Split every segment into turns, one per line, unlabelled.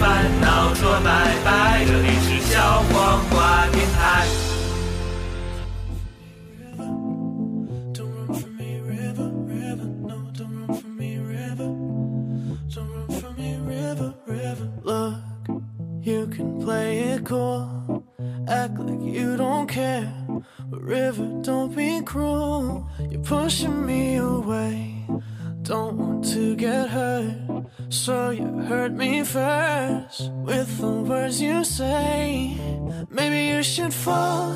烦恼说拜拜，这里是小黄瓜电台。
Don't run from me, river, river. No, don't run from me, river. Don't run from me, river, river. Look, you can play it cool. Act like you don't care. But, river, don't be cruel. You're pushing me away. Don't want to get hurt. So you hurt me first with the words you say. Maybe you should fall.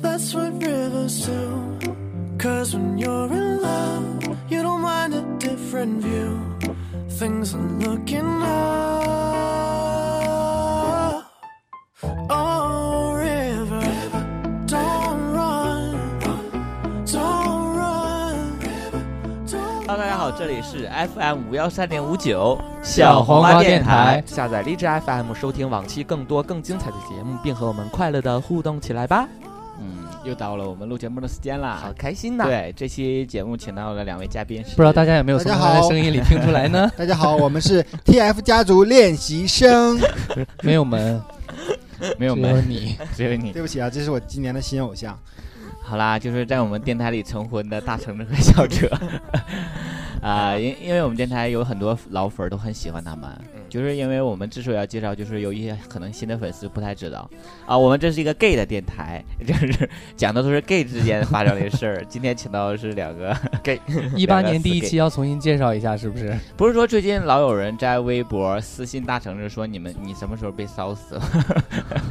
That's what rivers do. Cause when you're in love, you don't mind a different view. Things are looking up. Oh, river, don't run, don't run, don't
Hello，大家好，这里是 FM 五幺三点五九
小黄瓜电台
下载荔枝 FM 收听往期更多更精彩的节目，并和我们快乐的互动起来吧，
嗯，又到了我们录节目的时间
好
啦。
开心呐！，
对，这期节目请到了两位嘉宾是，
不知道大家有没有从
大家
他的
好
声音里听出来 呢？
大家好，我 们是 TF 家族练习生。
没有门，
没有
只
没
有
有
你。
只有你。
对不起啊，这是我今年的新偶像。
好啦，就是在我们电台里成婚的大橙子和小哲，啊、因因为我们电台有很多老粉儿都很喜欢他们，
嗯
就是因为我们之所以要介绍，就是有一些可能新的粉丝不太知道啊，我们这是一个 gay 的电台，就是讲的都是 gay 之间发生的事儿。今天请到的是两个
一八年
四
第一
K
期要重新介绍一下，是不是？
不是说最近老有人在微博私信大橙子说你们你什么时候被烧死了？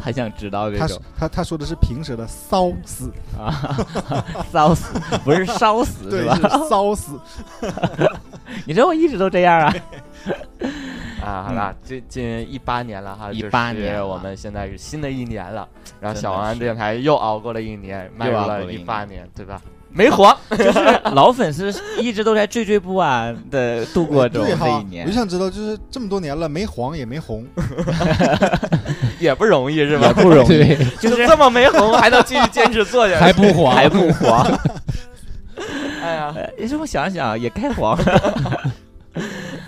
很想知道这
他
种
他他说的是平时的骚死，
啊， 烧死不是烧死
对，
是
是
吧？
骚死。
你知道我一直都这样啊。
啊，好啦，这近一八年了哈，
18
就是
年了
我们现在是新的一年了，然后
真的
小王
是
电台又熬过了一年，迈入
熬过了
了
一
一
年
八年，对吧？没黄，
老粉丝一直都在惴惴不安的度过中
对
这
哈
一，
我就
年，
想知道，就是这么多年了，没黄也 没红，
也不容易是
也
吧？
不容易，
对，
就是
这么没红，还能继续坚持做下去，
还不 黄，
还不黄。
哎呀，
你这么想想也该黄，
啊，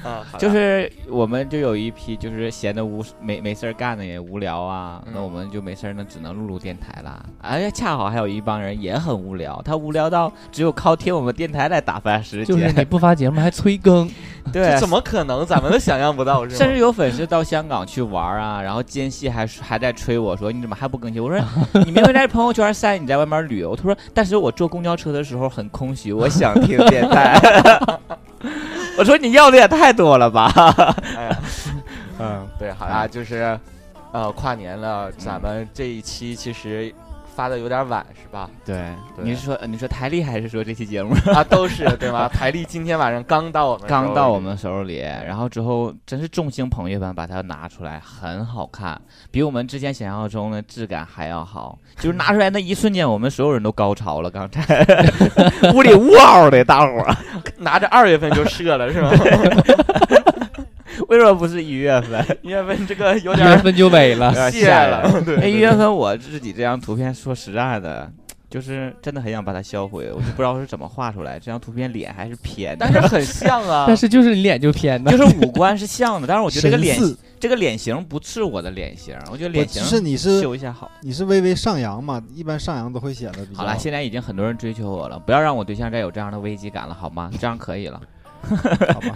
好啦
就是我们就有一批就是闲的无没没事儿干的也无聊啊，
嗯
那我们就没事儿那只能录录电台啦。哎呀，恰好还有一帮人也很无聊，他无聊到只有靠听我们电台来打发时间，
就是你不发节目还催更，
对啊
这。怎么可能？咱们都想象不到，是
甚
吗？
至有粉丝到香港去玩儿啊，然后间隙还还在催我说你怎么还不更新？ 我说你明明在朋友圈晒你在外面旅游。他说但是我坐公交车的时候很空虚，我想 听电台。我说你要的也太多了吧。
哎呀，嗯，对，好啦，就是，呃，跨年了，咱们这一期其实发的有点晚，是吧？
对，
对
你是说呃你说台历还是说这期节目
啊，都是对吗？台历今天晚上刚到我们，
刚到我，们手里，然后之后真是众星捧月般把它拿出来，很好看，比我们之前想象中的质感还要好。就是拿出来那一瞬间，我们所有人都高潮了。刚才 屋里哦呜嗷的大伙儿，
拿着二月份就射了，是吗？
为什么不是一月份？
一月份这个有
一
点
月
儿
份就尾了。
有点
谢
吓人
了， 哎对
哎那一月份我自己这张图片，说实在的。就是真的很想把它销毁，我就不知道是怎么画出来。这张图片脸还是偏的
但，是很像啊
但。是就是你脸就偏了
就，是五官是像的，但是我觉得这个脸
神似
这个脸型不是我的脸型，我觉得
我
脸
只
型
是你是
修一下好。
你是微微上扬嘛，一般上扬都会显得比较
好
啊
了，现在已经很多人追求我了，不要让我对象再有这样的危机感了，好 吗？这样可以了。
好吧？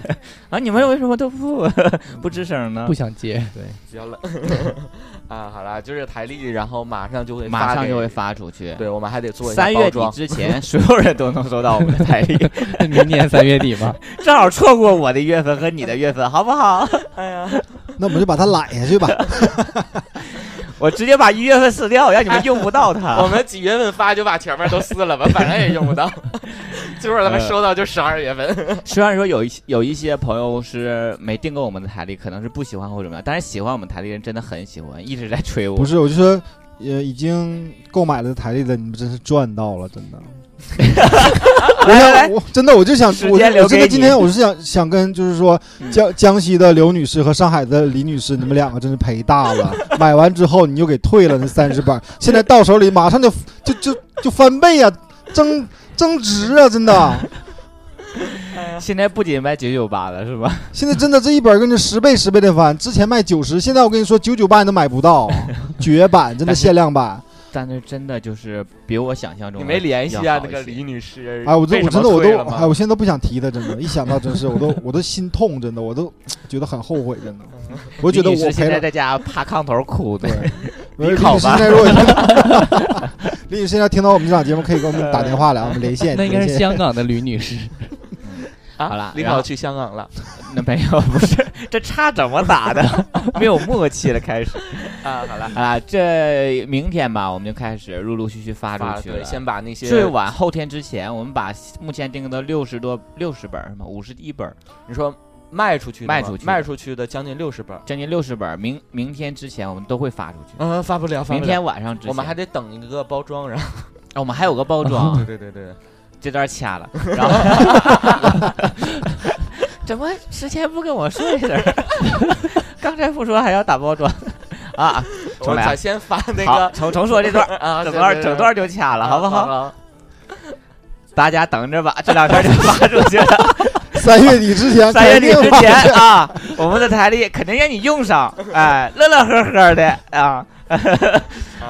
啊，你们为什么都不 不吱声呢
不？想接。
比较冷啊，好啦，就是台历，然后马上就会
马上
给
就会，发出去。
对我们还得做一下
三
包
月底
装，
之前，所有人都能收到我们的彩 礼，
明年三月底嘛，
正好错过我的月份和你的月份，好不好？
那我们就把它揽下去吧。
我直接把一月份撕掉，让你们用不到 它。
我们几月份发就把前面都撕了吧，反正也用不到。 最后咱
呃
们收到就十二月份。
虽然说有一些有一些朋友是没订购我们的台历，可能是不喜欢或者怎么样，但是喜欢我们台历的人真的很喜欢，一直在催我。
不是，我就说，呃，已经购买了台历的，你们真是赚到了，真 的。我想，我真的我就想，
时
我
间
就
留
我真的
给
今
你
天我是想想跟就是说
嗯
江江西的刘女士和上海的李女士，你们两个真是赔 大了。买完之后你又给退了那三十本，现在到手里啊马上就就就就翻倍呀、增增值啊，真的。
现在不仅卖九九八了，是吧？
现在真的这一本跟着十倍十倍的翻，之前卖九十，现在我跟你说九九八你都买不到，绝版真的
但是
限量版。
但是真的就是比我想象中
你
的
没联系啊
要好
那
一
个
些
李女士？
哎，我这
为什
我
么
真的我
退
都
了吗
哎，我现在都不想提他，真的，一想到真是我都我都心痛，真的，我都觉得很后悔，真的，我觉得
嗯李女士
我
现
赔
在
了。
在家趴炕头哭
对
的，，
我说
你
李
考
女士
吧
现在如果听到， 李女士要听到我们这档节目，可以给我们打电话来，我们连线。
那应该
连
是
线
香港的吕女士，
啊
好了
领
然后
导去香港 了
那没有，不是这叉怎么打的？ 没有默契了，开始
啊，好了，
啊！这明天吧，我们就开始陆陆续续发
发
出去
对，
了。
先把那些
最晚后天之前，我们把目前订的六十多六十本儿是吗？五十一本儿，
你说卖出去的吗
卖出去的
卖出去的将近六十本儿，
将近六十本儿，明明天之前我们都会发出去。
嗯，发不了，发
明
不了。
天晚上之前，
我们还得等一个包装，然后
啊我们还有个包装，
对对对对，
这段掐 了，然后 怎么之前不跟我说一声儿？啊刚才不说还要打包装啊？重
我
来啊
咋先发那
好，
个
重重 说这段儿，
啊？
整
对
段
对
整
对啊
段就掐了，好不好？
好？
大家等着吧，这两天就发出去了，
三月底之前，
三月底
肯
之
定吧
前啊，我们的台历肯定让你用上，哎，乐乐呵呵的啊，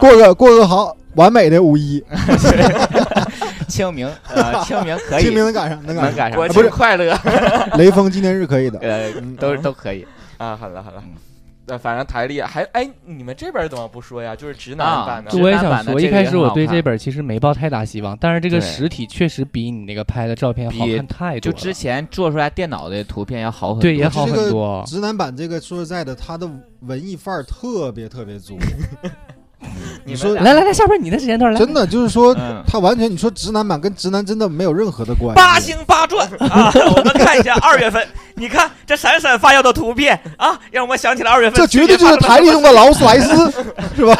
过个过个好完美的五一，
清明呃，清明可以，
清明能赶上，能
能
赶上。
赶上
国，
不是
庆快乐
雷锋纪念日可 以的，
呃，都都可以。
啊！好了好了
嗯。
那反正台历还哎，你们这边儿怎么不说呀？就是直
啊
男版的
直
我也
男
想
版的
说，
这
一
个
开
也
始
很
我
好
对这
看
本其实没抱太大希望，但是这
对
个实体确实比你那个拍的照片好
比
看太
就
多了，
之前做出来电脑的图片要好很多，
对也好
这个
很多。
直男版这个说实在的，他的文艺范儿特别特 别足，
你
说
们俩
来来来，下边你的时间段来，
真的就是 说
嗯，
他完全你说直男版跟直男真的没有任何的关系。
八星八 转啊！我们看一下二月份，你看这闪闪发耀的图片啊，让我们想起了二月份。
这绝对就是台历中的劳斯莱斯，是吧？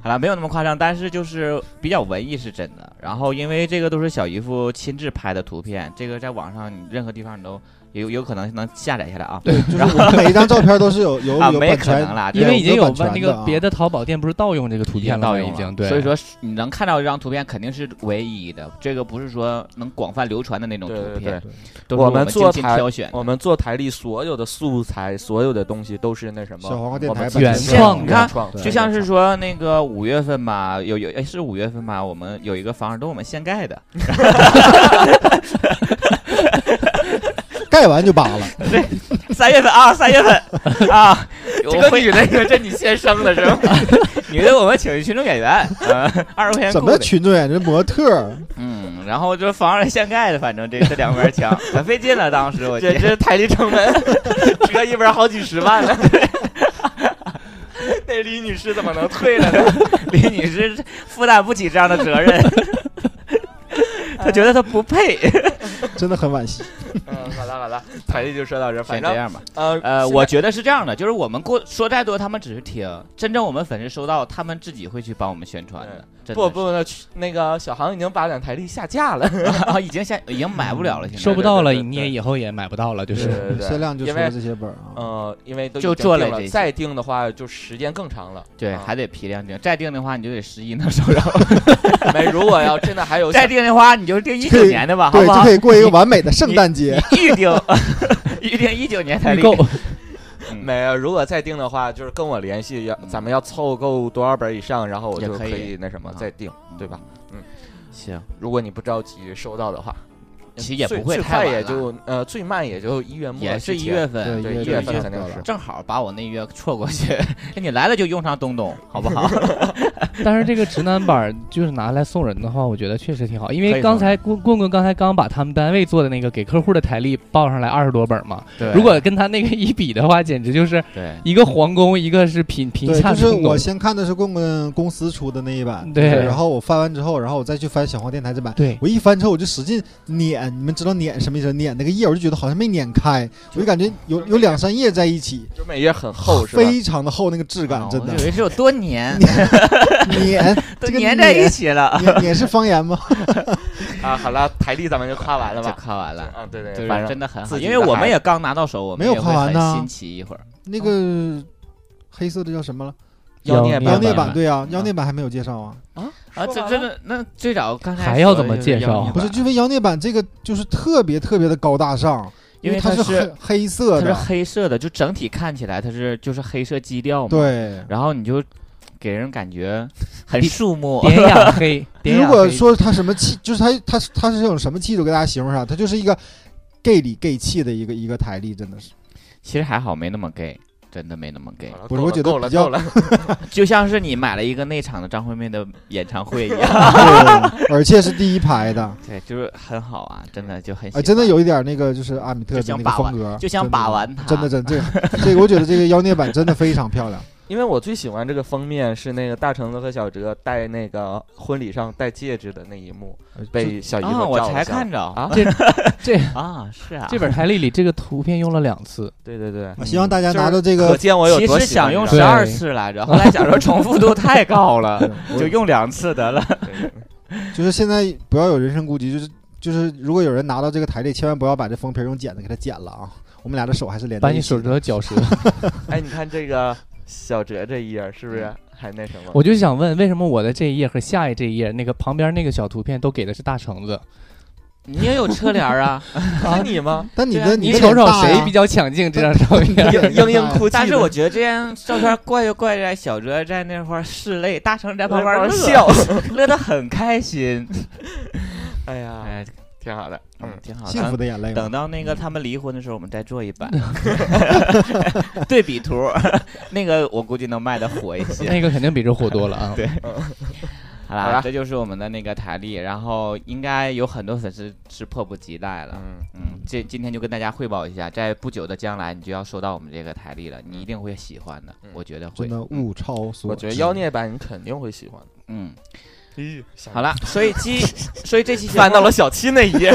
好了，没有那么夸张，但是就是比较文艺是真的。然后因为这个都是小姨夫亲自拍的图片，这个在网上你任何地方你都有有可能能下载下来啊。
对，就是我 们每一张照片都是有有
啊，
有
没有
版
可能
权，
啦，
对
因为已经有
我们有版
那
权的
个
啊
别的淘宝店不是盗用这个图片
到
了吗，已经对，嗯
所以说是你能看到这张图片肯定是唯一的，这个不是说能广泛流传的那种图
对对
片，
对，
都是
我
我
们做
精心
台哦
挑选的。
我们做台历所有的素材，所有的东西都是那什么
小黄瓜电
我们
台
自
版
己做的
原创
的
原创
对
就像是说那个五月份吧，有有哎是五月份吧，我们有一个房都我们现盖的，
盖完就扒了。
三月份啊，三月份 啊，这个女的， 这你现生的是吗？ 女的我们请群众演员，呃，二十块钱
怎
雇
么
的，
群众演员模特儿？
嗯，然后这房是现盖的，反正这这两边 墙可费劲了，当时我
这
记得
这台历成本折一本好几十万 呢。 那李女士怎么能退了呢？
李女士负担不起这样的责 任，她觉得她不配，
真的很惋惜。
嗯，好了好了，台历就说到这儿，反
先这
正
样吧。
呃
呃，
现
我
在
觉得是这样的，就是我们过说再多，他们只是听，真正我们粉丝收到，他们自己会去帮我们宣传的。真
不
的是
不不，那个小航已经把两台历下架了，
啊， 已经现已经买不了了，现在
收不到了，
对对对对
你也以后也买不到了，就
对
是
对 对
限量就
因
出
为
了这些本儿啊。
呃，因为都已
就
经
做
定
了这些
再定的话就时间更长了。
对，
啊
还得批量订，再订的话你就得十一能收 着，
没，如果要真的还 有
再订的话你就订一九年的吧，好
对，
不
就
好
可？以过一个完美的圣诞节。
你预定预定一九年 才
预购。
没有，如果再定的话，就是跟我联系，要
嗯
咱们要凑够多少本以上，然后我
也
就
可以
以那什么
啊
再定，对吧？
嗯行，
如果你不着急收到的话，
其实也
最
不会
最
太
快
晚
也
了
就呃最慢也就一月末之前，
也是一月
对
份，
对
一
一
月
月
份
份肯
就
定
到了
是。
正好把我那月错过去。 哎，你来了就用上 东东，好不好？
但是这个直男板儿就是拿来送人的话，我觉得确实挺好，因
可
为
以
刚
送
才棍棍棍刚才刚把他们单位做的那个给客户的台历报上来二十多本儿嘛，
对
如果跟他那个一比的话，简直就是
对
一个皇宫，一个是贫贫
对，
下
就是
中农
我。先看的是棍棍公司出的那一版，
对
然后我翻完之后，然后我再去翻小黄电台这版。
对，
我一翻之后，我就使劲捻，你们知道捻什么意思？捻那个页，我就觉得好像没捻开，我就感觉有有两三页在一起，
就每页很
啊
厚是吧？
非常的厚，那个质感真
我
的
以为是有多 年
捻，
都
这个
粘在一
捻
起了。
捻捻是方言吗？
啊，好了，台历咱们就夸完了
就
吧？
看完了，
啊，对
就
对，反
是
正
真的很好，
自己
因
的
为我们
孩
也刚拿到手，我们
没有
也
看
会
完
很
呢
新奇一会儿。
那个黑色的叫什么了？
妖孽
妖
妖
版
孽
孽
版
版对呀，
嗯
妖孽版还没有介绍啊。
啊，这真的那最早刚才
还要
说
怎么
就是
介
妖孽
绍
版
不是，因为妖孽版这个就是特别特别的高大上，
因
为
它
是
是
黑黑色
它是
的，
黑色的，就整体看起来它是就是黑色基调嘛。。
对。
然后你就给人感觉很肃穆。
典雅 黑，典
如
雅
果
黑
说它什么气，就是它它它是这种什么气度，给大家形容啥？它就是一个 gay 里 gay 气的一个一个台历，真的是。
其实还好，没那么 gay，真的没那么 gay。
不是我觉得
够了
比较
够了，
就像是你买了一个内场的张惠妹的演唱会一 样，
对，而且是第一排的，
对，就是很好啊，真的就很喜
啊，
欢
真的有一点那个就是阿米特
就
的
想
那个
把玩
风格，
就想
真的
把玩它
真的真的这个这个，我觉得这个妖孽版真的非常漂亮。
因为我最喜欢这个封面是那个大橙子和小哲戴那个婚礼上戴戒指的那一幕，被小姨夫
啊，我
照了
才
相
看着啊
啊，
这
啊，是啊，
这本台历里这个图片用了两 次，
对对对，
嗯我希望大家拿着这
可
个，
见我有
其
多
实
喜欢
想用
这
十
个
二次来着，后来想说重复度太高 了，就用两次得了。
对
就是现在不要有人身攻击，就是就是如果有人拿到这个台历，千万不要把这封皮儿用剪子给它剪了啊！我们俩的手还是连
把
在一
你
起
手指
的。
头绞折。
哎，你看这个小哲这一页是不是还那什么？
嗯
我就想问，为什么我的这一页和下一这一页那个旁边那个小图片都给的是大橙子？
你也有侧脸啊，
看你吗？
但你
对啊
的
你
的
瞅
脸
瞅
大
谁
呀
比较抢镜？这张照 片，
对
嘤嘤哭泣的，
但是我觉得这张照片怪就怪在小哲在那块儿拭泪，大成在旁边
玩
乐，
笑，
乐得很开心。
哎呀，
哎，
挺好的，嗯
嗯，，挺好的。
幸福的眼泪啊嘛
等到那个他们离婚的时候，我们再做一版对比图， 那个我估计能卖的火一些。
那个肯定比这火多了 啊！
对好
好啦
啦，这就是我们的那个台历，然后应该有很多粉丝是迫不及待了。
嗯，
嗯，这今天就跟大家汇报一下，在不久的将来，你就要收到我们这个台历了，你一定会喜欢的，
嗯
我觉得会
真。的物超所值。
我觉得妖孽版你肯定会喜欢的。
嗯，
咦，
好， 了，所以期，所以这期节目
翻到了小七那一 页，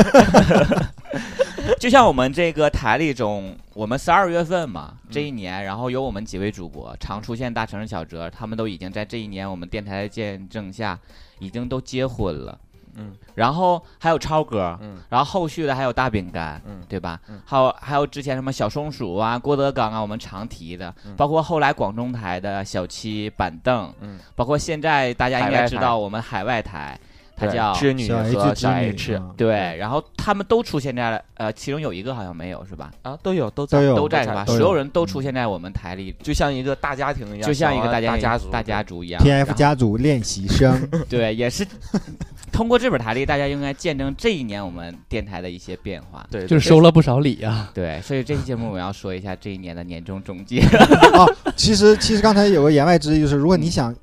就像我们这个台历中，我们十二月份嘛，这一年，然后有我们几位主播常出现大成小哲，他们都已经在这一年我们电台的见证下，已经都结婚了。
嗯，
然后还有超哥，
嗯
然后后续的还有大饼干，
嗯
对吧？
嗯
还有还有之前什么小松鼠啊、郭德纲啊，我们常提的，
嗯
包括后来广中台的小七板凳，
嗯，
包括现在大家应
海
该
外
知
台
道我们海外台，它叫
织女
小
和
H
小
之
H
女啊
对，然后他们都出现在了，呃，其中有一个好像没有，是吧？
啊，都有都
都有
都在
都
是
在
吧？
都有
所有人都出现在我们台里，
就像一个大家庭一样，
就像一个
嗯小啊
大家
家族
大家族一样。
TF 家族练习生，
然后对，也是通过这本台历，大家应该见证这一年我们电台的一些变化。
对，对
就是收了不少礼 啊！
对，所以这期节目我要说一下这一年的年终总结。
啊其实其实刚才有个言外之意，就是如果你想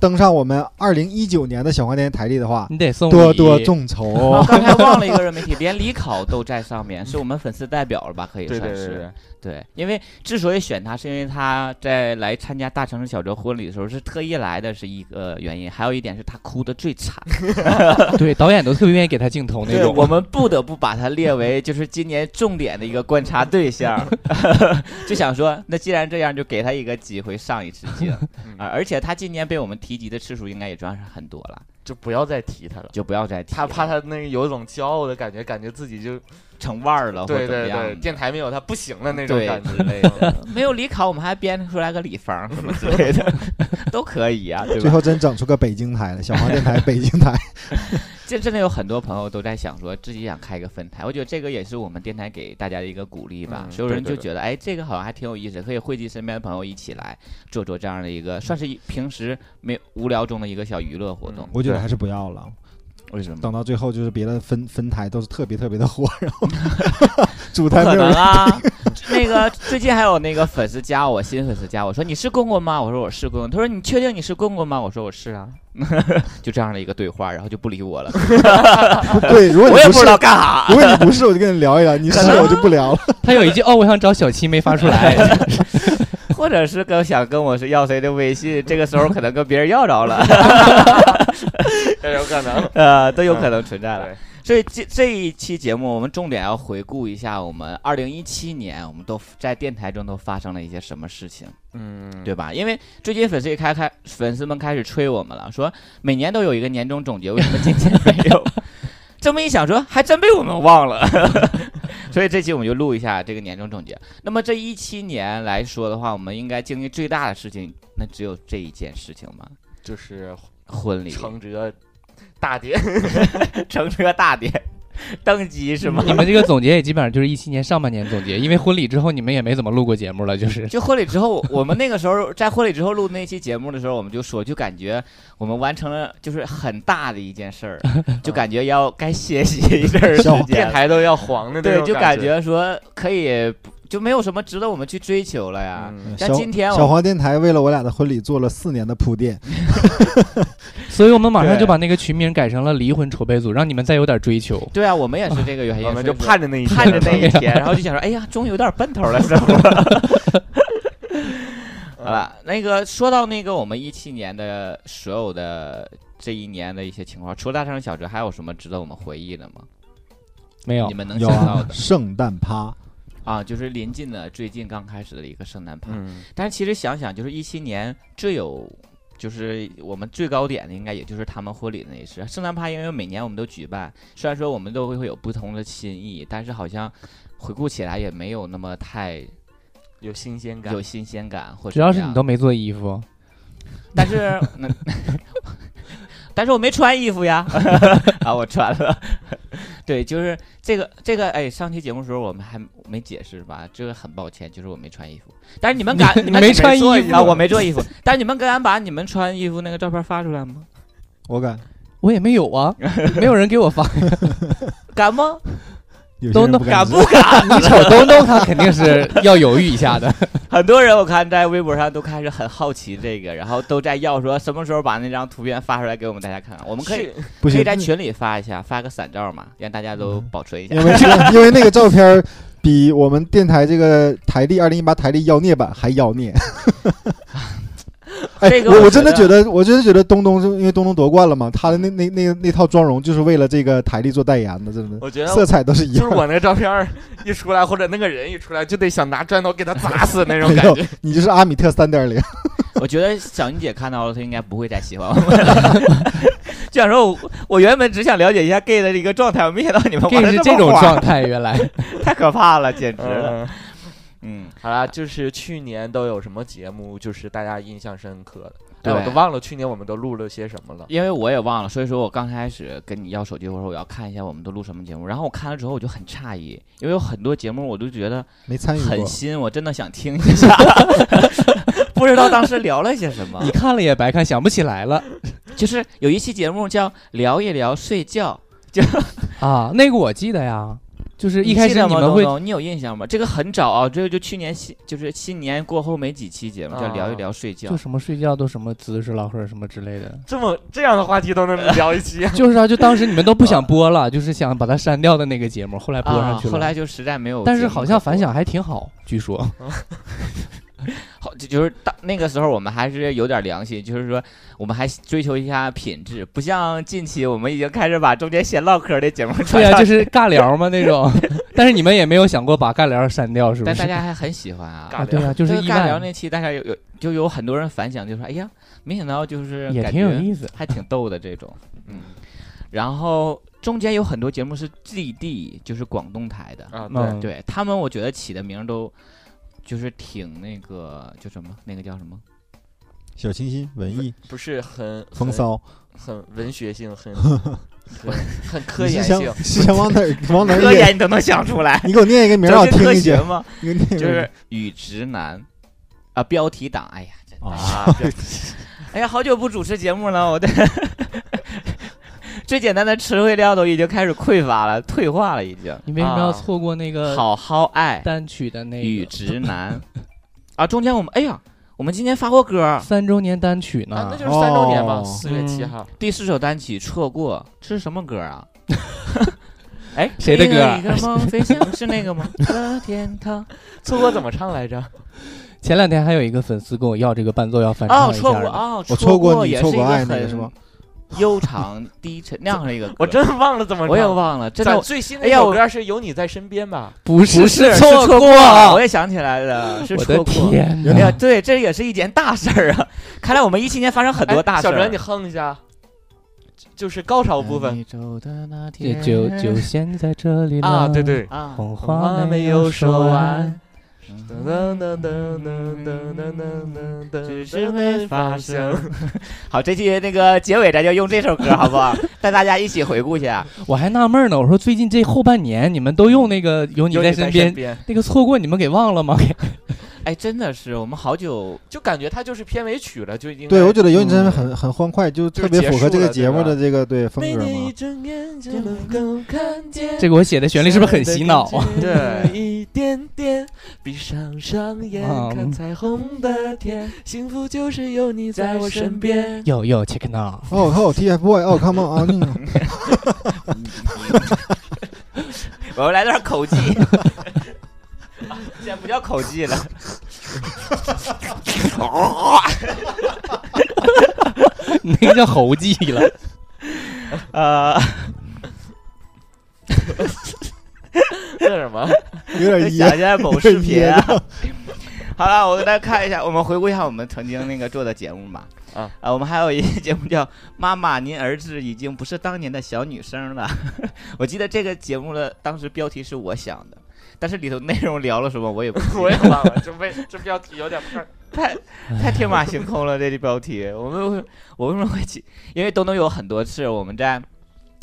登上我们二零一九年的小黄电台历的
嗯
话，
你得送
多
礼
多众
哦
筹哦
啊。刚才忘了一个人媒体，连李考都在上面，是我们粉丝代表了吧？可以
对
算
对
是
对对，
对，因为之所以选他，是因为他在来参加大城市小哲婚礼的时候是特意来的，是一个原因。还有一点是他哭的 最惨，
对导演都特别愿意给他镜头那
对，
种。
我们不得不把他列为就是今年重点的一个观察对象， 就想说，那既然这样，就给他一个机会上一 次镜
嗯
啊！而且他今年被我们提及的次数应该也算是很多了，
就不要再提他了。
就不要再提
他
了，
怕他那个有一种骄傲的感觉，感觉自己就
成腕儿了或
对
者怎么
对对，
样的。
电台没有他不行了那种
对
感觉
之类的，没有李考，我们还编出来个李芳什么之类的， 都可以啊，对
最
吧？
后真整出个北京台了，小黄电 台北京台，
这真的有很多朋友都在想说自己想开个分台，我觉得这个也是我们电台给大家的一个鼓励吧。
嗯
所有人
对对
就觉得，哎，这个好像还挺有意思，可以汇集身边的朋友一起来做做这样的一个，算是一平时没无聊中的一个小娱乐活动。
我觉得还是不要了。
为什么？
等到最后就是别的分分台都是特别特别的火，然 后主
不
台没
可
有
能
人。
啊！那个最近还有那个粉丝加我，新粉丝加我说你是棍棍吗？我说我是棍棍。他说你确定你是棍棍吗？我说我是啊。 就这样的一个对话，然后就不理我了。
对，如果
啊我也不
你是
知，道干啥。
如果你不是，我就跟你聊一聊；你是
可，能
我就不聊了。
他有一句哦，我想找小七没发出 来，
或者是跟想跟我是要谁的微信，这个时候可能跟别人要着了，
这有可能。
呃，都有可能存在了。
对，
所以这这一期节目，我们重点要回顾一下我们二零一七年，我们都在电台中都发生了一些什么事情，
嗯，
对吧？因为最近粉丝也开开粉丝们开始催我们了，说每年都有一个年终总结，为什么今年没有？ 这么一想说，还真被我们忘了。 所以这期我们就录一下这个年终总结。那么这一七年来说的话，我们应该经历最大的事情，那只有这一件事情吗？
就是
婚礼
乘着大 跌，
乘车大典登基是吗？
你们这个总结也基本上就是一七年上半年总结，因为婚礼之后你们也没怎么录过节目了，就是
就婚礼之后，我们那个时候在婚礼之后录那期节目的时候，我们就说，就感觉我们完成了就是很大的一件事儿，就感觉要该歇息一阵儿时
小
间
电
了。
台都要黄的那
对，
种
就
感
感觉说可以不，就没有什么值得我们去追求了呀。
嗯
像
小
今天我
小黄电台为了我俩的婚礼做了四年的铺垫，
所以我们马上
对
就把那个群名改成了离婚筹备组，让你们再有点追求。
对啊，我们也是这个原因，
我们就
所以说
盼着那一天
盼着 那一
了
天，然后就想说，哎呀，终于有点奔头了，生活。 好了，那个说到那个我们一七年的所有的这一年的一些情况，除了大城小折，还有什么值得我们回忆的吗？
没有
你，们能
有
想到
啊
的，
圣诞趴，
啊，就是临近的最近刚开始的一个圣诞趴。
嗯，
但是其实想想，就是一七年最有，就是我们最高点的，应该也就是他们婚礼那一次。圣诞趴，因为每年我们都举办，虽然说我们都会会有不同的心意，但是好像回顾起来也没有那么太
有新鲜感
有。新鲜感，或者
主要是
怎么
你
样
都，没做衣服，
但是那。但是我没穿衣服呀， 啊，我穿了。对，就是这个这个，哎，上期节目的时候我们还没解释吧，这个很抱歉，就是我没穿衣服。但是你们敢，
你
们
没穿衣
做
服
啊？我没做 衣服，但是你们敢把你们穿衣服那个照片发出来吗？
我感
我也没有啊，没有人给我发。
敢吗？
有些
都
人
弄
不
敢
敢
不敢？
你瞅东东，他肯定是要犹豫一下的。
很多人我看在微博上都开始很好奇这个，然后都在要说什么时候把那张图片发出来给我们大家看啊看。我们可以
不
可
行
以，在群里发一下，发个散照嘛，让大家都保存一下。
因为这个因为那个照片儿比我们电台这个台历二零一八台历妖孽版还妖孽。哎
这，个
我
我
我真的
觉
觉得，我真的觉得东东，因为东东夺冠了嘛，他的那那那那套妆容就是为了这个台历做代言的，真的
我觉得
色彩都是一
就是
样。
我那个照片儿一出来，或者那个人一出来，就得想拿砖头给他砸死那
哎
种感觉。
你就是阿米特三点零，
我觉得小妮姐看到了，她应该不会再喜欢我们了。 就想说我，我原本只想了解一下 gay 的一个状态，我没想到你们玩
这
得
是
么
这种
花
状态，原来
太可怕了，简直了。
嗯，
嗯，
好啦，就是去年都有什么节目，就是大家印象深刻的？
对
哎我都忘了去年我们都录了些什么了。
因为我也忘了，所以说我刚开始跟你要手机，我说我要看一下我们都录什么节目，然后我看了之后我就很诧异，因为有很多节目我都觉得
没参与过
很。新，我真的想听一下， 不知道当时聊了些什么
你。看了也白看，想不起来了
就是有一期节目叫聊一聊睡觉，
啊。那个我记得呀，就是一
你
开
记
始
得
你
吗
们
东
会
东你有印象吗？这个很早啊，这个就去年新，就是新年过后没几期节目，叫聊一聊睡觉
啊就。什么睡觉都什么姿势了，或者什么之类的。，
这么这样的话题都能聊一期
就是啊，就当时你们都不想播了，就是想把它删掉的那个节目，后来播
啊，
上去了。
后来就实在没有节目可播了，
但是好像反响还挺好，据说。
好，就就是当那个时候我们还是有点良心，就是说我们还追求一下品质，不像近期我们已经开始把中间闲唠嗑的节目传
对啊，
上
就
去
是尬聊嘛那种。但是你们也没有想过把尬聊删掉，是不
但
是？
大家还很喜欢啊。
啊，对啊，就
就是
意
尬聊
外，
那期，大家有有就有很多人反响，就说：“哎呀，没想到就是
也
感
挺有
觉
意思。
还挺逗的这种。”嗯，然后中间有很多节目是 GD，就是广东台的，
啊，对，
嗯，
对他们我觉得起的名儿都就是挺那个，就什么那个叫什么
小清新、文艺、
不是很
风，骚，
很很文学性，很很很科
你
研
是
性
想。是想往哪儿往哪儿
科
演？
研你都能想出来，
你给我念一个名儿，让我
走进
听
科
一
学
下。
吗？
你给我念一个
就
名儿
是与直男啊，标题党，哎呀，真的
啊，
啊，对
哎呀，好久不主持节目了，我的 最简单的词汇量都已经开始匮乏了，退化了已经。
你为什么要
啊
错过那个
好好爱
单曲的那
与
个
直男 啊，中间我们哎呀，我们今天发过歌儿，
三周年单曲
啊，那
呢
就？是三周年嘛，
哦
四月七 号。
第四首单曲错过，这是什么歌啊？ 哎，
谁的
为了一
歌
个梦飞翔是那个吗？的天堂。
错过怎么唱来着？
前两天还有一个粉丝跟我要这个伴奏要翻唱
哦，
一
错
下
过
的，
哦，错
我错过你
也
错
是一
过爱那
很
个是吗？
悠长低沉那样的一个歌，
我真忘了怎么唱。
我也忘了，真
咱
的
最新的
哎
一
呀
首
我
歌是《有你在身边》吧？
不是
是是
错
过
过，
我也想起来了，是
我
错
的
过。
天啊
哎呀，
哪！
对，这也是一件大事儿啊！ 看来我们一七年发生很多大
哎
事
小
儿。啊
哲，你哼一下，就是高潮部分
哎你走的那
这
天
就就现在这里了
啊，对对，
啊，嗯
谎
话
话
没
没
有
有
说
说
完
完，
噔噔噔噔噔噔噔噔噔，
只是没发生。好，这期那个结尾咱就用这首 歌，好不好？带大家一起回顾一下。
我还纳闷呢，我说最近这后半年你们都用那个有你
有
在
你
身
在
边
身，边，
那个错过你们给忘了吗？
哎，真的是，我们好 久
就感觉它就是片尾曲了，就已经
对，我觉得有你真的很很欢快，就特别符合这个节目
就
的
是
这个对风
每
格
天一
嘛。
睁眼就能够看见。
这个我写的旋律是不是很洗脑啊？
对，一点点，闭上双眼，
嗯
看彩虹的天，幸福就是有你在我身边。
有有 check it out，
哦靠，TFBOY，哦，Come on 啊！嗯
我们来段口技，啊现在不叫口技 了。
你那个叫猴记了。
呃，
这是什 么？
嗯有点噎
想一下某视频啊。 好了，我给大家看一下，我们回顾一下我们曾经那个做的节目吧。
啊
呃，我们还有一个节目叫《妈妈，您儿子已经不是当年的小女生了》。 我记得这个节目的当时标题是我想的，但是里头内容聊了什么我也不记得
我也忘了，这为这标题有点不太
太太天马行空了，这个标题。我们会我为什么会起？因为东东有很多次我们在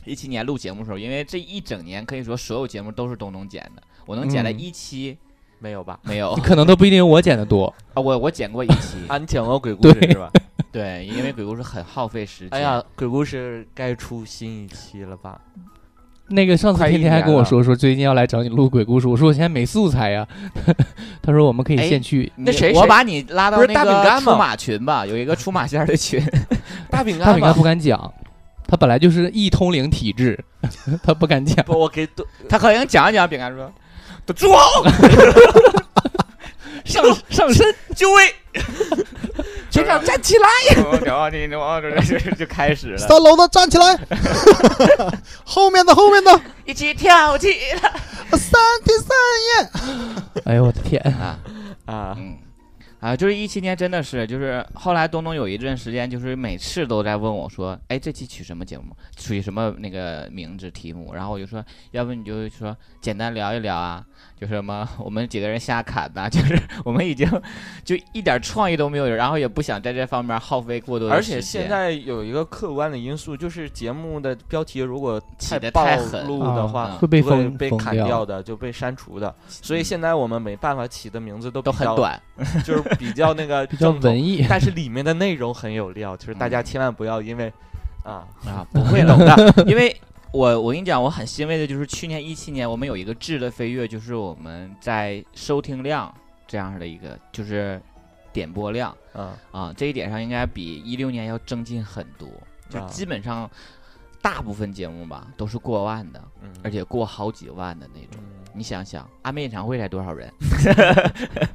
一七年录节目的时候，因为这一整年可以说所有节目都是东东剪的，我能剪了
嗯
一期、
没有吧？
没有啊，
可能都不一定有我剪的多。
我我剪过一期，
啊，你讲过鬼故事
对
是吧？
对，因为鬼故事很耗费时间。
哎呀，鬼故事该出新一期了吧？
那个上次
快一
天天还
年
跟我
了
说说最近要来找你录鬼故事，我说我现在没素材呀、 他说我们可以
哎
现去。
你，
那谁
我
谁
把你拉到
不是
那
大饼
个
干
出
吗
马群吧，有一个出马仙儿的群，
大饼
他
干
应该
吧
不？敢讲，他本来就是易通灵体质， 他不敢讲。
不，我给都
他可能讲一讲，饼干说，都住好，
上上身，
就位，
学长站起来！
然后你然后就就就开始了，
三楼的站起来， 后面的后面的
一起跳起来
三天三
哎呦我的天！
啊。
啊，
嗯，啊，就是一七年真的是，就是后来东东有一阵时间，就是每次都在问我说，哎，这期取什么节目，取什么那个名字题目，然后我就说，要不你就说简单聊一聊啊，就是什么我们几个人瞎侃呐、 就是我们已经就一点创意都没有，然后也不想在这方面耗费过多的
而
时间，
且现在有一个客观的因素，就是节目的标题如果
起的
暴
太狠，嗯
露的话，
会被
会
封
被
封
砍
掉
掉的，就被删除的。所以现在我们没办法起的名字都
都
比
很
较，
短，
就是比较那个
比较
正统
文，艺。
但是里面的内容很有料，就是大家
嗯
千万不要因为啊，
啊，不会懂 的，因为我我跟你讲，我很欣慰的就是去年一七年我们有一个质的飞跃，就是我们在收听量这样的一个就是点播量
嗯，
啊，这一点上应该比一六年要增进很多，就
啊
基本上大部分节目吧都是过万的，
嗯
而且过好几万的那种。
嗯
你想想，阿妹演唱会才多少人？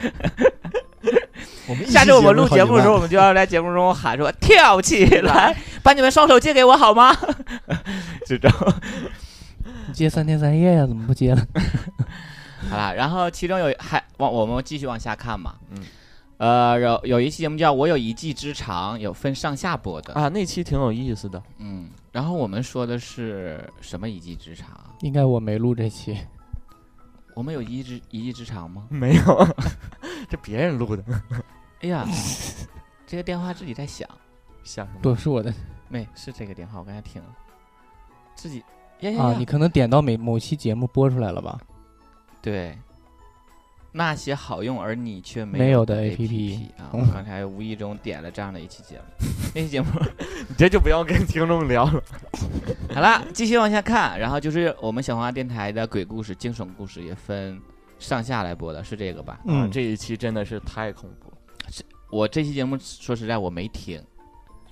我们一
下
期
周我们录
好
节目的时候，
几
我们就要在节目中喊说：“跳起 来，把你们双手借给我好吗？” 就这种。
你接三天三夜呀、怎么不接了？
好啦，然后其中有还往我们继续往下看嘛，
嗯，
呃，有有一期节目叫《我有一技之长》，有分上下播的，
啊，那期挺有意思的，
嗯，然后我们说的是什么一技之长？
应该我没录这期，
我们有一技之一技之长吗？
没有， 这别人录的，
哎 呀，这个电话自己在响，
想什么？
不是我的
没是这个电话，我刚才听了，自己呀哎呀
啊！
呀
你可能点到每某期节目播出来了吧？
对，那些好用而你却
没
有
有的
APP 啊，
嗯
我刚才无意中点了这样的一期节目，那期节目
你这就不要跟听众聊了。
好了，继续往下看，然后就是我们小黄鸭电台的鬼故事、惊悚故事也分上下来播的，是这个吧？
啊
嗯，
这一期真的是太恐怖了。
我这期节目说实在我没听，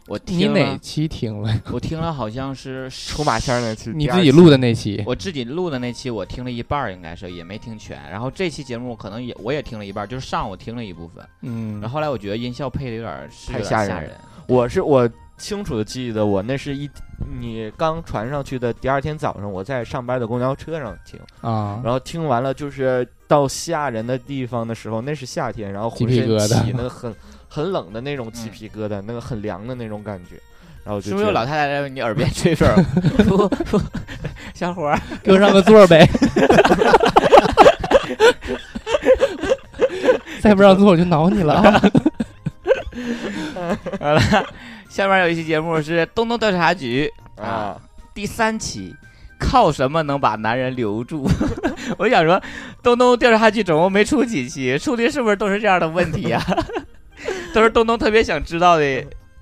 我
你
听了
哪期听了？
我听了好像是
出马仙儿那期，
你
第
自
二
己
期
录的那期？
我自己录的那期我听了一半儿，应该是也没听全。然后这期节目可能也我也听了一半儿，就是上午听了一部分，
嗯
然后后来我觉得音效配的有点儿是
太
有点
吓
吓
人我是我清楚的记得，我那是一你刚传上去的第二天早上，我在上班的公交车上听，
啊
然后听完了就是到吓人的地方的时候，那是夏天，然后浑
鸡皮
身
疙瘩嗯
起那个很很冷的那种鸡皮疙瘩，那个很凉的那种感觉，然后就是
不
觉
是有
得
老太太在你耳边 吹 水儿？不不，小 伙儿，
给我让个座儿呗。再不让座我就挠你了啊！
好了，下面有一期节目是东东调查局
啊，
第三期，靠什么能把男人留住？ 我想说，东东调查局总共没出几期，出的是不是都是这样的问题啊？ 都是东东特别想知道的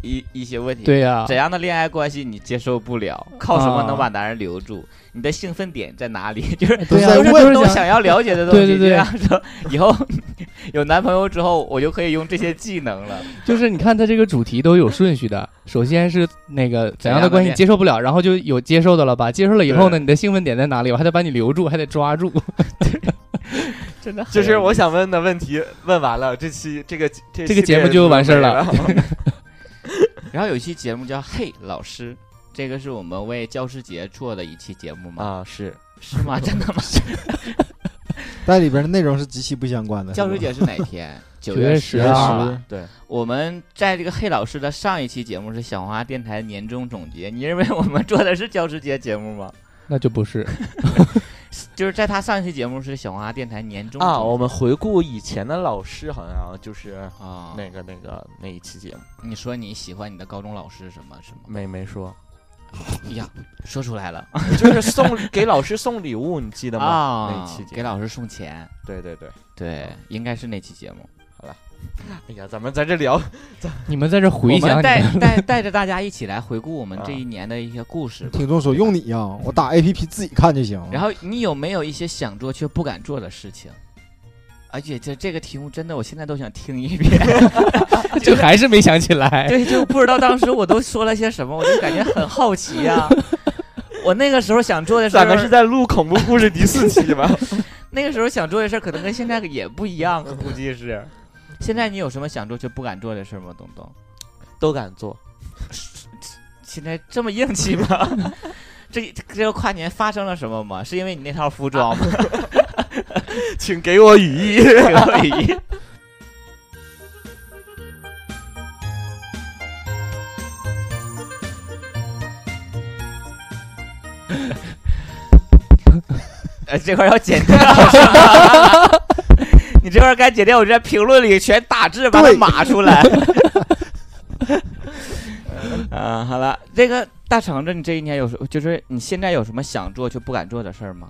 一一些问题。
对呀、
怎样的恋爱关系你接受不了？靠什么
啊
能把男人留住？你的兴奋点在哪里？ 啊就是
对呀、
在
都
我
是
问
就
东
是
东
想
想要了解的东西。
对对对
这样说，以后 有男朋友之后，我就可以用这些技能 了。
就是你看它这个主题都有顺序的，首先是那个怎样
样的
的关系
恋
接受不了，然后就有接受的了吧？接受了以后呢，
对
你的兴奋点在哪里？我还得把你留住，还得抓住。
真的很
就是
有
我想问的问题问完了，这期这个这
这个节目就完事儿了
了。
然后有一期节目叫《嘿老师》，这个是我们为教师节做的一期节目吗？
啊，是
是吗？真的吗？
但里边的内容是极其不相关的。
教师
是吧
节是哪天？九
九
月
月
十
十
号
号
吧。
对，
我们在这个嘿老师的上一期节目是小花电台年终总结，你认为我们做的是教师节节目吗？
那就不是，
就是在他上一期节目是小花电台年终
啊，
总
我们回顾以前的老师，好像就是
结啊，
那个那个那一期节目，
你说你喜欢你的高中老师什么什么？
没没说，
哎呀，说出来了
就是送给老师送礼物，你记得吗？
啊！
那一期节目
给老师送钱，
对对对，
对，应该是那期节目。
哎呀，咱们在这聊，
你们在这回
我
想
们
你
带
们
带带着大家一起来回顾我们这
啊
一年的一些故事吧。
听众说用你呀、我打 A P P 自己看就行。
然后你有没有一些想做却不敢做的事情？而且这这个题目真的，我现在都想听 一遍。
就还是没想起来。
对，就不知道当时我都说了些什么，我就感觉很好奇呀、我那个时候想做的事
咱们是
儿，
在录恐怖故事第四期吧？
那个时候想做的事儿，可能跟现在也不一样，估计是。现在你有什么想做却不敢做的事儿吗，东东？
都敢做，
现在这么硬气吗？ 这这个跨年发生了什么吗？是因为你那套服装吗？
请给我语义。
可以。呃，这块儿要剪掉是吗？你这块儿该剪掉，我就在评论里全打字把它
对
码出来。啊，好了，这个大橙子，你这一年有什，就是你现在有什么想做却不敢做的事儿吗？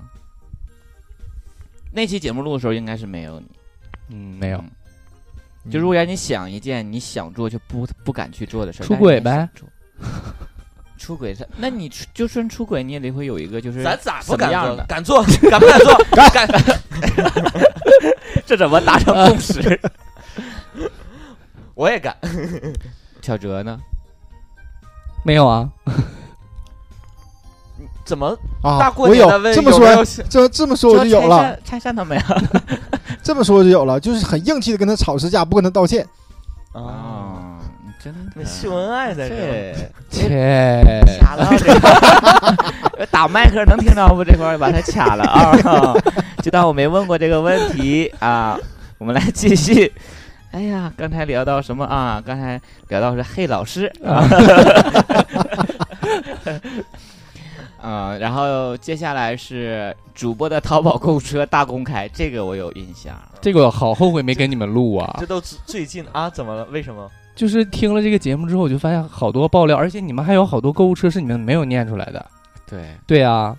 那期节目录的时候应该是没有你，
嗯，没有
嗯。就如果让你想一件你想做就不不敢去做的事儿，
出
但是
轨
你想
呗
做。 出轨是，那你出就算出轨，你也得会有一个就是
咱咋
什
不
么
敢
样
做
的？
敢做， 敢不敢做？敢敢。
这怎么达成共 识？
我也敢。
小哲呢？
没有啊？
怎么
啊，
大过
我
年
有
的问
这么
有没有
说，
想
这这么说我就有
拆
了，
散拆散他们呀！
这么说我就有了，就是很硬气的跟他吵吵架，不跟他道歉。
啊？
哦，你真的
秀恩爱在这儿，
这
切，
卡了这个，打麦克能听到不？这块儿把它卡了啊， 就当我没问过这个问题啊。我们来继续。哎呀，刚才聊到什么啊？刚才聊到是嘿老师啊。 嗯，然后接下来是主播的淘宝购物车大公开，这个我有印象。
这个我好后悔没跟你们录啊
这！都最最近啊？怎么了？为什么？
就是听了这个节目之后，我就发现好多爆料，而且你们还有好多购物车是你们没有念出来的。
对，
对啊，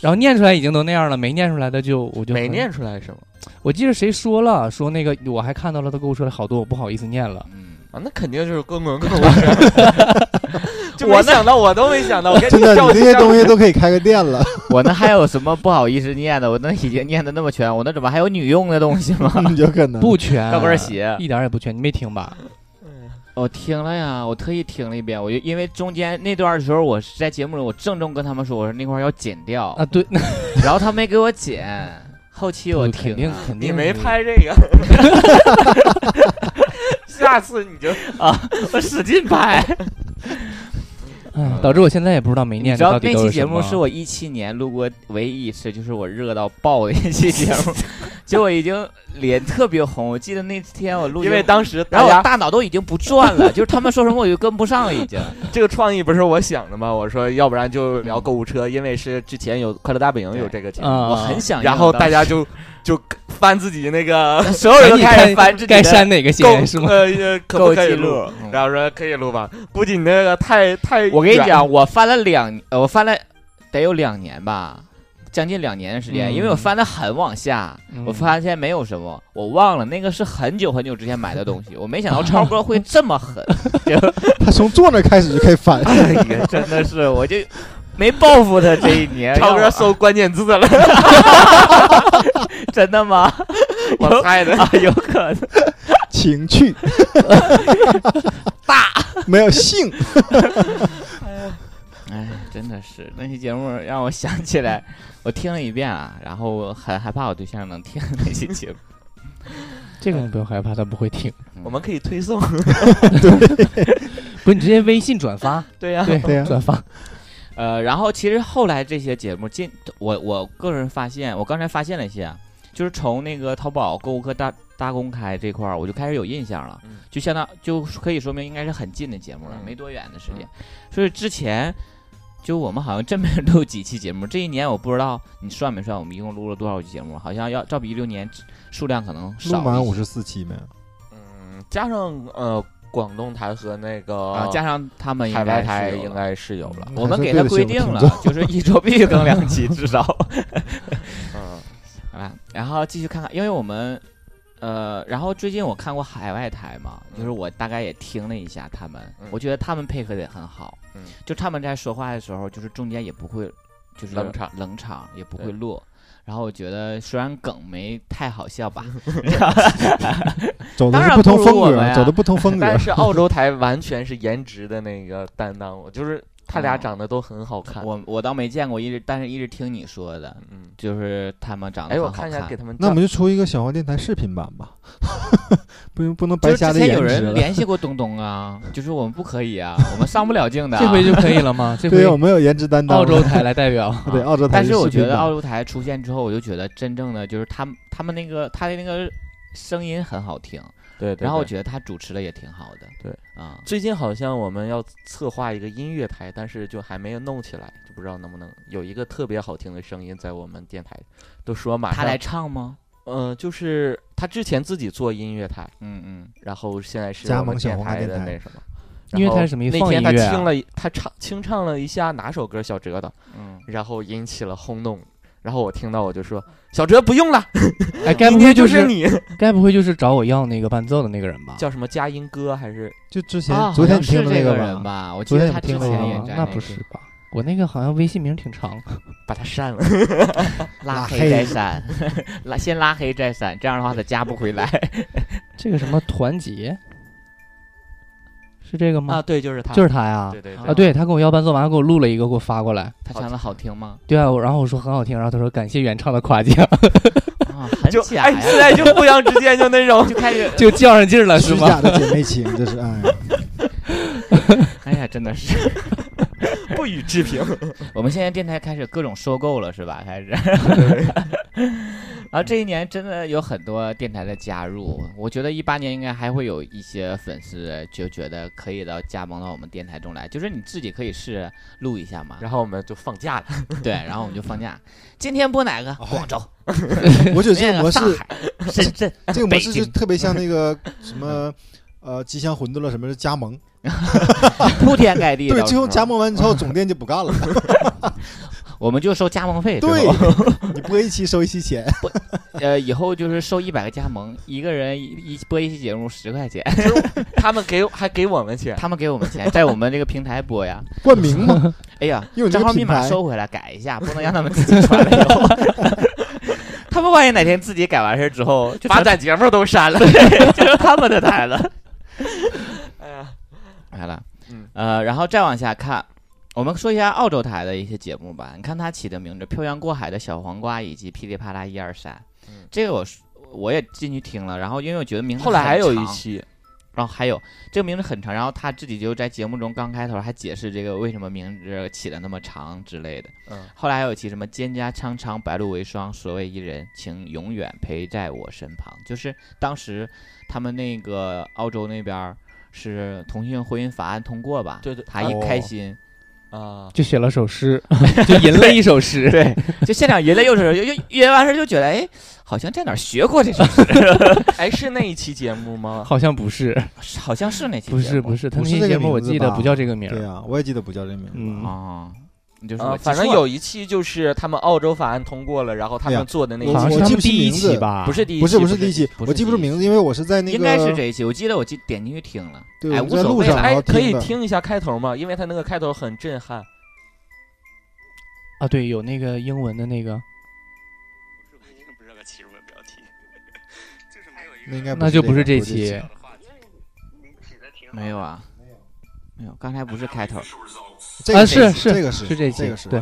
然后念出来已经都那样了，没念出来的就我就
没
很
念出来是吗？
我记得谁说了，说那个我还看到了他购物车里好多，我不好意思念了。
嗯，
啊，那肯定就是公文 购物车。 就没
我呢
想到，我都没想到，我跟
真的， 你
较
这些
劲
东西都可以开个店了，
我那还有什么不好意思念的？我那已经念的那么全，我那怎么还有女用的东西 吗？
有可能。
不全，
高跟，鞋，
一点儿也不全，你没听吧？
我听哦了呀，我特意听了一遍，我就因为中间那段的时候，我是在节目里，我郑重跟他们说，我说那块儿要剪掉，
啊，对，那
然后他没给我剪，后期我听
肯
了
定肯定
你没
嗯
是
拍这个， 下次你就
啊
哎
我使劲拍，
啊，导致我现在也不知道没
你
念
知
的到
道
底
那
都
期
是
节
什
目
么。
是我一七年录过唯一一次，就是我热到爆的一期节目， 结果已经脸特别红，我记得那天我录节
因
目，
为当时
然
大
后我
家
大脑都已经不转了，就是他们说什么我就跟不上了，已经。
这个创意不是我想的吗？我说要不然
嗯
就聊购物车，因为是之前有《快乐大本营》有这个节目，
啊，
我很想要当时，
然后大家就就翻自己那个
所有 人都
哎你
开
看
始翻自己
该
的
删哪个
购
先是吗？
呃可
购
不
物
可以
记
录？
录。嗯
然后说可以录吧，估计你那个太 太，
我跟你，讲，我翻了两，呃我翻了得有两年吧，将近两年的时间，
嗯
因为我翻的很往下， 我发现没有什么，我忘了那个是很久很久之前买的东西，我没想到超哥会这么狠，
他从坐那开始就开始翻，
哎呀，真的是，我就没报复他这一 年。
超
让
哥
我
搜关键字 了，
真的吗？
我猜的。
啊，有可能。
情趣大，没有性，
哎，真的是那期节目让我想起来，我听了一遍啊，然后我很害怕我对象能听那期节 目。
嗯这个你不用害怕，他不会听。
我们可以推送，
不，你直接微信转发，
对呀、
对
对呀
转发。
呃，然后其实后来这些节目进，我我个人发现，我刚才发现了一些啊，就是从那个淘宝购物课大大公开这块儿，我就开始有印象了，
嗯
就相当就可以说明应该是很近的节目了，
嗯
没多远的时间。所以之前就我们好像真没有录几期节目，这 一年我不知道你算没算，我们一共录了多少期节目？好像要照比一六年数量可能少
录满
一
五
些
十四期没？
嗯，加上呃广东台和那个
啊，加上他们应
海外
该是
台
有
应该是有了，
我们
嗯还
给
是对
他
得起
规
我们
定
听
了
众，
就是一周必须更两期至少。
嗯，
好吧，然后继续看看，因为我们，呃，然后最近我看过海外台嘛，
嗯
就是我大概也听了一下他们，
嗯
我觉得他们配合的也很好，
嗯
就他们在说话的时候，就是中间也不会，就是
冷场，
冷场也不会
对
落。然后我觉得虽然梗没太好 笑吧，
走的
当
是
然
不同
不如
风
我们
格，
呀
走的不同风格
但。是澳洲台完全是颜值的那个担当，我就是他俩长得都很好看。
我我倒没见过，一直但是一直听你说的，
嗯，
就是他们长得
哎，我
很好
一下给他们
那
照
我们就出一个小黄电台视频版吧， 不能不能白
就是
瞎
之
的
前
颜
有
值
人
了。
联系过东东啊，就是我们不可以啊，我们上不了镜的啊、
这回就可以了 吗？这回
对，我们有颜值担当。
澳洲台来代 表。
对澳洲台
啊但
视频版，
是我觉得澳洲台出现之后，我就觉得真正的就是他们他们那个他的那个声音很好听，
对对
然后我
对
觉得他主持的也挺好的。
对
啊，
最近好像我们要策划一个音乐台，但是就还没有弄起来，就不知道能不能有一个特别好听的声音在我们电台。都说马
他来
上，
唱吗？
嗯、就是他之前自己做音乐台，
嗯嗯，
然后现在是
加
我们
盟小
电
红花
台
电
的
台
那什么。
音乐
然后
台是什么意思
那天他
放音乐啊
听了一，他唱清唱了一下哪首歌？小哲的，
嗯，
然后引起了轰动。然后我听到我就说：“小哲不用了，
哎，该不
明
会
天
就是是
你
该不会就是找我要那个伴奏的那个人吧？
叫什么佳音哥还是
就之前
啊，
昨天
好像
你听
是
的
这
那
个人
吧，
吧？我记
昨
得
天
他
你
之
听
前
了那个
也
吗
在
那
个
不是吧？我那个好像微信名挺长，
把他删了？
拉
拉
黑
黑
再删，拉先拉黑再删，这样的话他加不回来
这个什么团结，是这个吗？
啊，对，就是他，
就是他呀。
对对对
啊，对他跟我要伴奏，完了给我录了一个，给我发过来。
他
好
唱
听
的好听吗？
对啊，我然后我说很好听，然后他说感谢原唱的夸奖，
啊，很
就
假
哎，
呀，
现在就互相之 间就那种
就开始
就较上劲儿了是
虚
吗？
假的姐妹情，这是 哎，
哎呀，真的是。
不予置评。
我们现在电台开始各种收购了，是吧？开始， 然后这一年真的有很多电台的加入，我觉得一八年应该还会有一些粉丝就觉得可以到加盟到我们电台中来，就是你自己可以试录一下嘛。
然后我们就放假了，
对，然后我们就放假。今天播哪个？
哦
广州、
我觉得
那
这个
个
模式
上，海、深圳。
这个
哎
模式
北
就
京
特别像那个什么。呃，吉祥馄饨了，什么是加盟？
铺天盖 地的。
对，最后加盟完之 后，总店就不干了。
嗯我们就收加盟费。
对，你播一期收一期钱，
呃，以后就是收一百个加盟，一个人一一播一期节目十块钱，
他们给还给我们钱，
他们给我们钱，在我们这个平台播呀。
冠名 嘛，
哎呀
因为，你这
账
个
号密码
品牌
收回来改一下，不 能让他们自己传了以后。 他们万一哪天自己改完事儿之后，就
把
成
咱节目都删 了。
就是他们的台了。
哎呀，
来了，
嗯
呃，然后再往下看，我们说一下澳洲台的一些节目吧。你看它起的名字《漂洋过海的小黄瓜》以及《噼里啪啦一二三》
嗯，
这个我是我也进去听了，然后因为我觉得名字
后来还有
很
一
长
期，
然后还有这个名字很长，然后他自己就在节目中刚开头还解释这个为什么名字起的那么长之类的。
嗯，
后来还有一期什么“蒹葭苍苍，白露为霜，所谓伊人，请永远陪在我身旁”，就是当时他们那个澳洲那边儿是同性婚姻法案通过吧？
对对
他一
哦
开心，
啊，
就写了首诗， 就吟了一首诗。
对， 就现场吟了又是又又吟完事儿就觉得，哎，好像在哪儿学过这首诗，
哎，是那一期节目 吗？
好像不是，
好像是那期
不是，
节目
不是，他
不
那
是
期
这个
节目我
名字
记得
吧
不叫这个名
对
儿。
呀，我也记得不叫这名字。
嗯，
哦，你就是
啊，
我
反正
记错了
有一期就是他们澳洲法案通过了，然后他
哎
们
呀
做的那
好像
一
是
期
我
他
记
们
不清
第一
名字
期吧？
不是第一期，
不是
不
不是第一期，
不是
我记不
第
住
一期
名字，因为我是在那个
应该是这一期，我记得我记点进去听了，
对
哎，
我
无
在
所
路
谓
上
了，
然
哎
后，
可以
的
听一下开头吗？因为他那个开头很震撼。
啊，对，有那个英文的那个，
不知道该起什么标题，就是没有一
那应该
那就不是
这
这
个
期。
个话题。您起的挺
没有啊，没有，刚才不是开头，
这个
啊是
是这个
是这期
这个是啊
对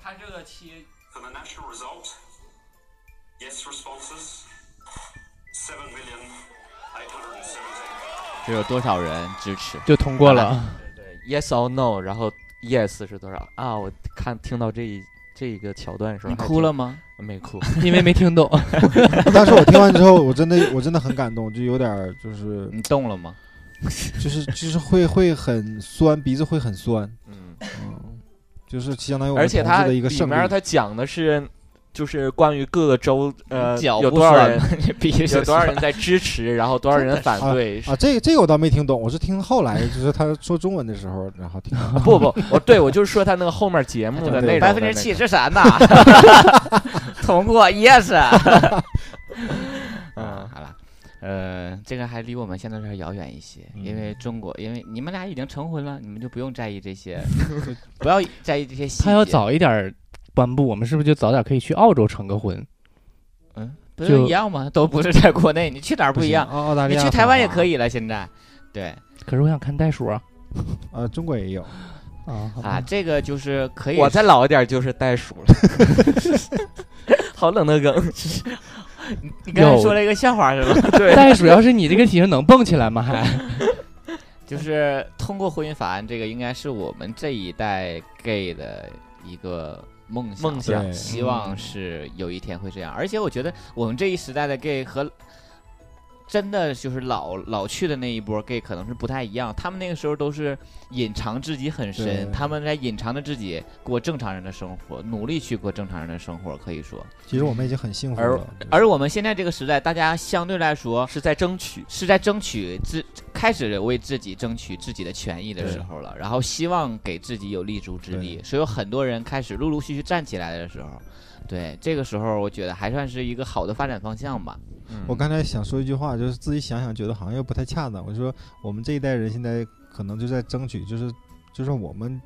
他这个期
From an actual result, yes responses, seven million eight hundred and seventeen.
这有多少人支持？
就通过了。
yes or no，然后 yes 是多少啊？我看听到这一这一个桥段的时候，
你哭了？吗？
没 哭。
因为没听懂，
但是我听完之后，我真的我真的很感动，就有点儿就是
你动了吗？
就是就是会会很酸，鼻子会很酸，
嗯，
嗯，就是相当于我们
而且
同志
他
的一个
里
胜利。
面他讲的是，就是关于各个州呃
脚
有
不
多少
酸
人
吗？你必须
有多 少人在支持，然后多少人反对。
啊，这个这个我倒没听懂，我是听后来就是他说中文的时候，然后听
啊
到
不不，我哦对我就是说他那个后面节目的内容的那个
百分之七十三呐， 通过 yes。嗯，好了，呃，这个还离我们现在有点遥远一些，因为中国，因为你们俩已经成婚了，你们就不用在意这 些，不要在意这些细节。
他要，早一点儿颁布，我们是不是就早点可以去澳洲成个婚？
嗯，不
就是
一样吗？都不是在国内，你去哪儿不一样？
行澳澳大利
你
亚
去台湾也可
以
以了，现在。对
可是我想看袋鼠啊！
啊，中国也有，
啊，好吧
啊，这个就是可以。
我再老一点就是袋鼠 了。 好冷的梗，
你刚才
有
说了一个笑话是吧？
对
袋鼠要是你这个体型能蹦起来吗？还
就是通过婚姻法案，这个应该是我们这一代 gay 的一个梦想。
梦想
对，
希望是有一天会这样。而且我觉得我们这一时代的 gay 和真的就是老老去的那一波 gay 可能是不太一样，他们那个时候都是隐藏自己很
对
深，他们在隐藏着自己过正常人的生活，努力去过正常人的生活，可以说。
其实我们已经很幸福
而
了。就是
而我们现在这个时代，大家相对来说
是在争取。
是在争取自开始为自己争取自己的权益的时候了，然后希望给自己有立足之地，所以有很多人开始陆陆续续站起来的时候，对这个时候，我觉得还算是一个好的发展方向吧。
我刚才想说一句话，就是自己想想觉得好像又不太恰当。我说我们这一代人现在可能就在争取，就是就是我们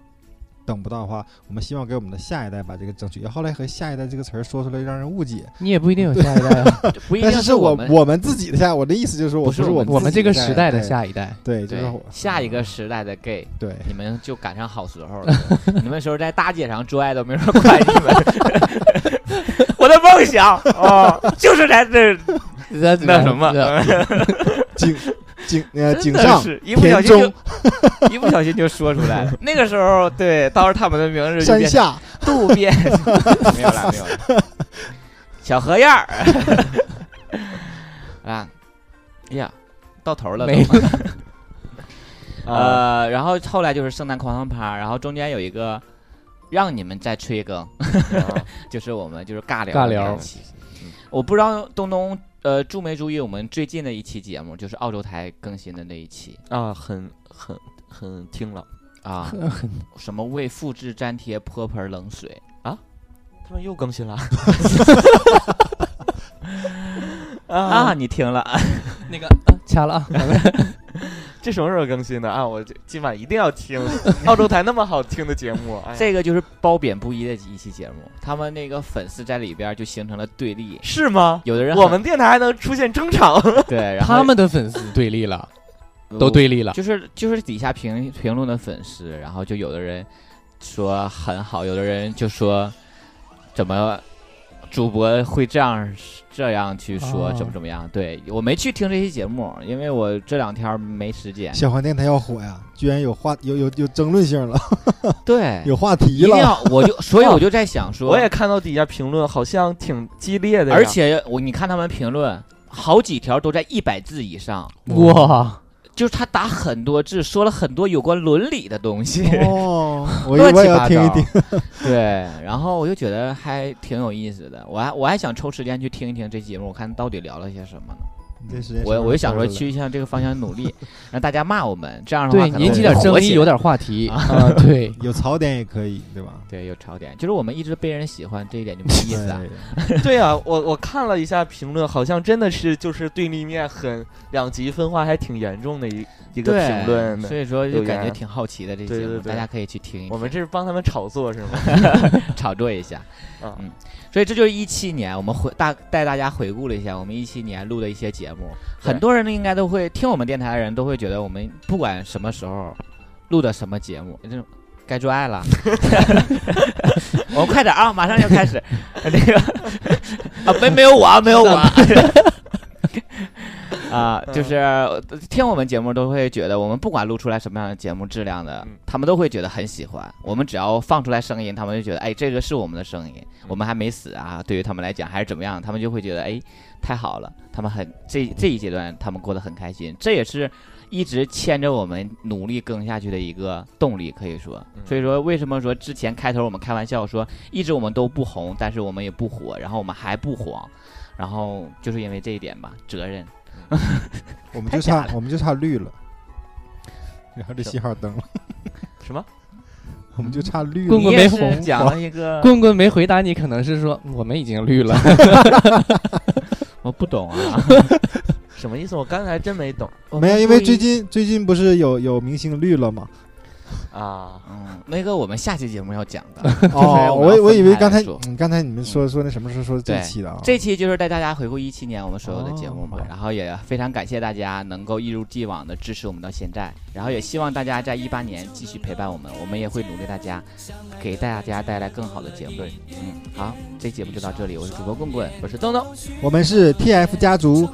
等不到的话，我们希望给我们的下一代把这个争取。后来和下一代这个词儿说出来让人误解，
你也不一定有下一代啊。
就不一定
但是是
我
我
们
我们自己的下，我的意思就是说我
不是
是
我
我
们
我们这个时代的
对
下一代，
对，就是
对
我
下一个时代的 gay，
对。
你们就赶上好时候 了。你们时候在大街上做爱都没人管你们。 我的梦想哦，就是在这
那
那什么嗯
井井 呃
真
井
的
上
是一不小
田
心
中
就 一不小心就说出来 了。那个时候，对，到时候他们的名字就
山
变成
下，
渡 边，没有了，没有了，小荷叶儿 啊，哎呀，到头了都，
没
呃，
呃，然后后来就是圣诞狂欢趴，然后中间有一个让你们再催更，啊 就是我们就是尬聊
尬
的那
聊
一期我不知道东东呃注没注意我们最近的一期节目，就是澳洲台更新的那一期
啊，很很很听了，
啊，什么为复制粘贴泼盆冷水，
他们又更新 了
啊，！你听了，
那个啊掐了啊，
这什么时候更新的啊？我这今晚一定要听 澳洲台那么好听的节目。哎呀
这个就是褒贬不一的一期节目，他们那个粉丝在里边就形成了对立，
是吗？
有的人很
我们电台还能出现争 吵？
对，然后
他们的粉丝对立了，
呃
都对立了。
就是就是底下评评论的粉丝，然后就有的人说很好，有的人就说怎么主播会这样这样去说、
哦
怎么怎么样？对我没去听这期节目，因为我这两天没时 间。
小黄电台要火呀，居然有话有有有争论性了，
对，
有话
一
题
定
了。
要我就所以我就在想说，
我也看到底下评论好像挺激烈的呀，
而且我你看他们评论，好几条都在一百字以上，
哇，
就是他打很多字，说了很多有关伦理的东西。
哦， 我
乱
我
七
也要
八
听一
糟
听。
对，然后我就觉得还挺有意思的，我还我还想抽时间去听一听这节目，我看到底聊了些什么呢？
你这时间
我我就想说
去。
去向这个方向努力，让大家骂我们，这样的话
对
可，能
引
我
起
们
点
火
争
起
议，
来
有点话题啊，对。
有槽点也可以，对吧？
对有槽点，就是我们一直被人喜欢，这一点就没意思 啊。
对
对啊，我我看了一下评论，好像真的是就是对立面很两极分化，还挺严重的一一个
对
评论
所
呢。
以说就
留
感觉
言
挺好奇的这
对
节目，
对对
大家可以去听一
我们这是帮他们炒作是吗？
听，炒作一下。
啊
嗯，所以这就是一七年，我们回大带大家回顾了一下我们一七年录的一些节目，
对
很多人应该都会听我们电台的人都会觉得我们不管什么时候录的什么节目，这种该做爱了，我们快点啊，马上就开始，那个啊没没有我啊没有我啊。啊，就是呃听我们节目都会觉得，我们不管录出来什么样的节目质量的
嗯，
他们都会觉得很喜欢。我们只要放出来声音，他们就觉得，哎，这个是我们的声音，我们还没死啊。对于他们来讲，还是怎么样，他们就会觉得，哎，太好了。他们很这这一阶段，他们过得很开心，这也是一直牵着我们努力更下去的一个动力，可以说。
嗯
所以说，为什么说之前开头我们开玩笑说，一直我们都不红，但是我们也不火，然后我们还不黄，然后就是因为这一点吧，责任。
我们
太
就
假
差我们就差绿了，然后这信号灯了，
什么？
我
嗯
们就差绿
棍棍
了。
你也
没
是
红
讲了一个，
棍棍没回答你，可能是 说我们已经绿了。
我不懂啊。
什么意思？我刚才真没懂
没有，因为最近最近不是有有明星绿了吗？
啊。
嗯，那个我们下期节目要讲的，
哦，
我们
我我以为
分开
刚才
来说
嗯刚才你们说说那什么时候说这
对
期的啊？
这期就是带大家回顾一七年我们所有的节目嘛
哦，
然后也非常感谢大家能够一如既往的支持我们到现在，然后也希望大家在一八年继续陪伴我们，我们也会努力大家给大家带来更好的节目。嗯，好，这节目就到这里，我是主播棍棍，我是东东，
我们是 TF 家族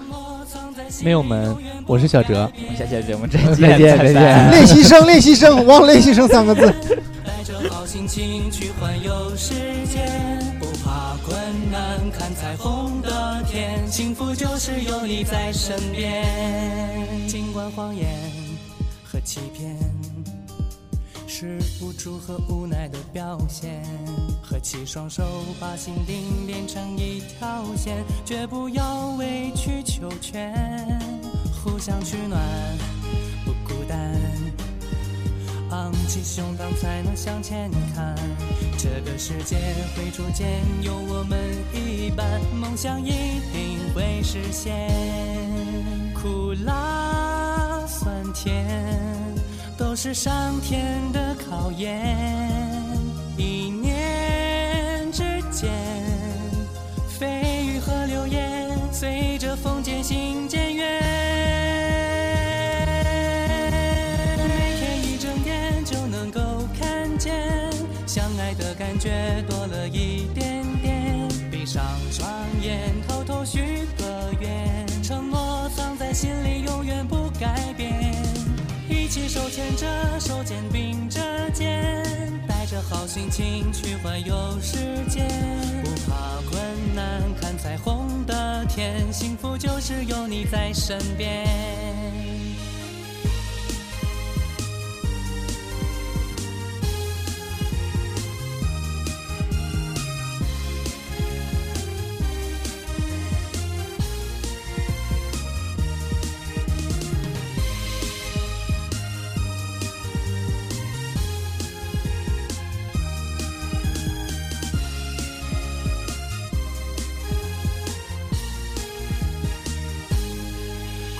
没有门，我是小哲。
我们下期的节目再
再见
拜拜
再见
练习生，练习生，忘了练习生三个字。
带着好心情去环游世界，不怕困难，看彩虹的天，幸福就是有你在身边。尽管谎言和欺骗是无助和无奈的表现，合起双手把心灵连成一条线，绝不要委曲求全，互相取暖，不孤单。昂起胸膛才能向前看。这个世界会逐渐有我们一半，梦想一定会实现。苦辣酸甜都是上天的考验，一念之间，蜚语和流言随着风渐行渐远。每天一睁眼就能够看见，相爱的感觉多了一点点。闭上双眼，偷偷许个愿，承诺藏在心里，永远不改变。一起手牵着手，肩并着肩，带着好心情去环游世界，不怕困难，看彩虹的天，幸福就是有你在身边。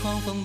狂风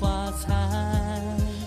花残，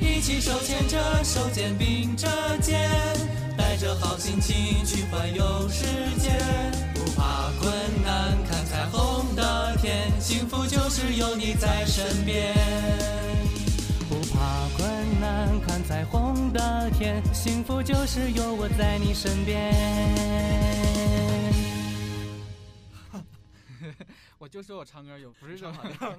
一起手牵着手，肩并着肩，带着好心情去环游世界，不怕困难，看彩虹的天，幸福就是有你在身边。不怕困难，看彩虹的天，幸福就是有我在你身边。
我就说我唱歌有不是正好调儿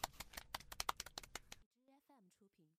掌。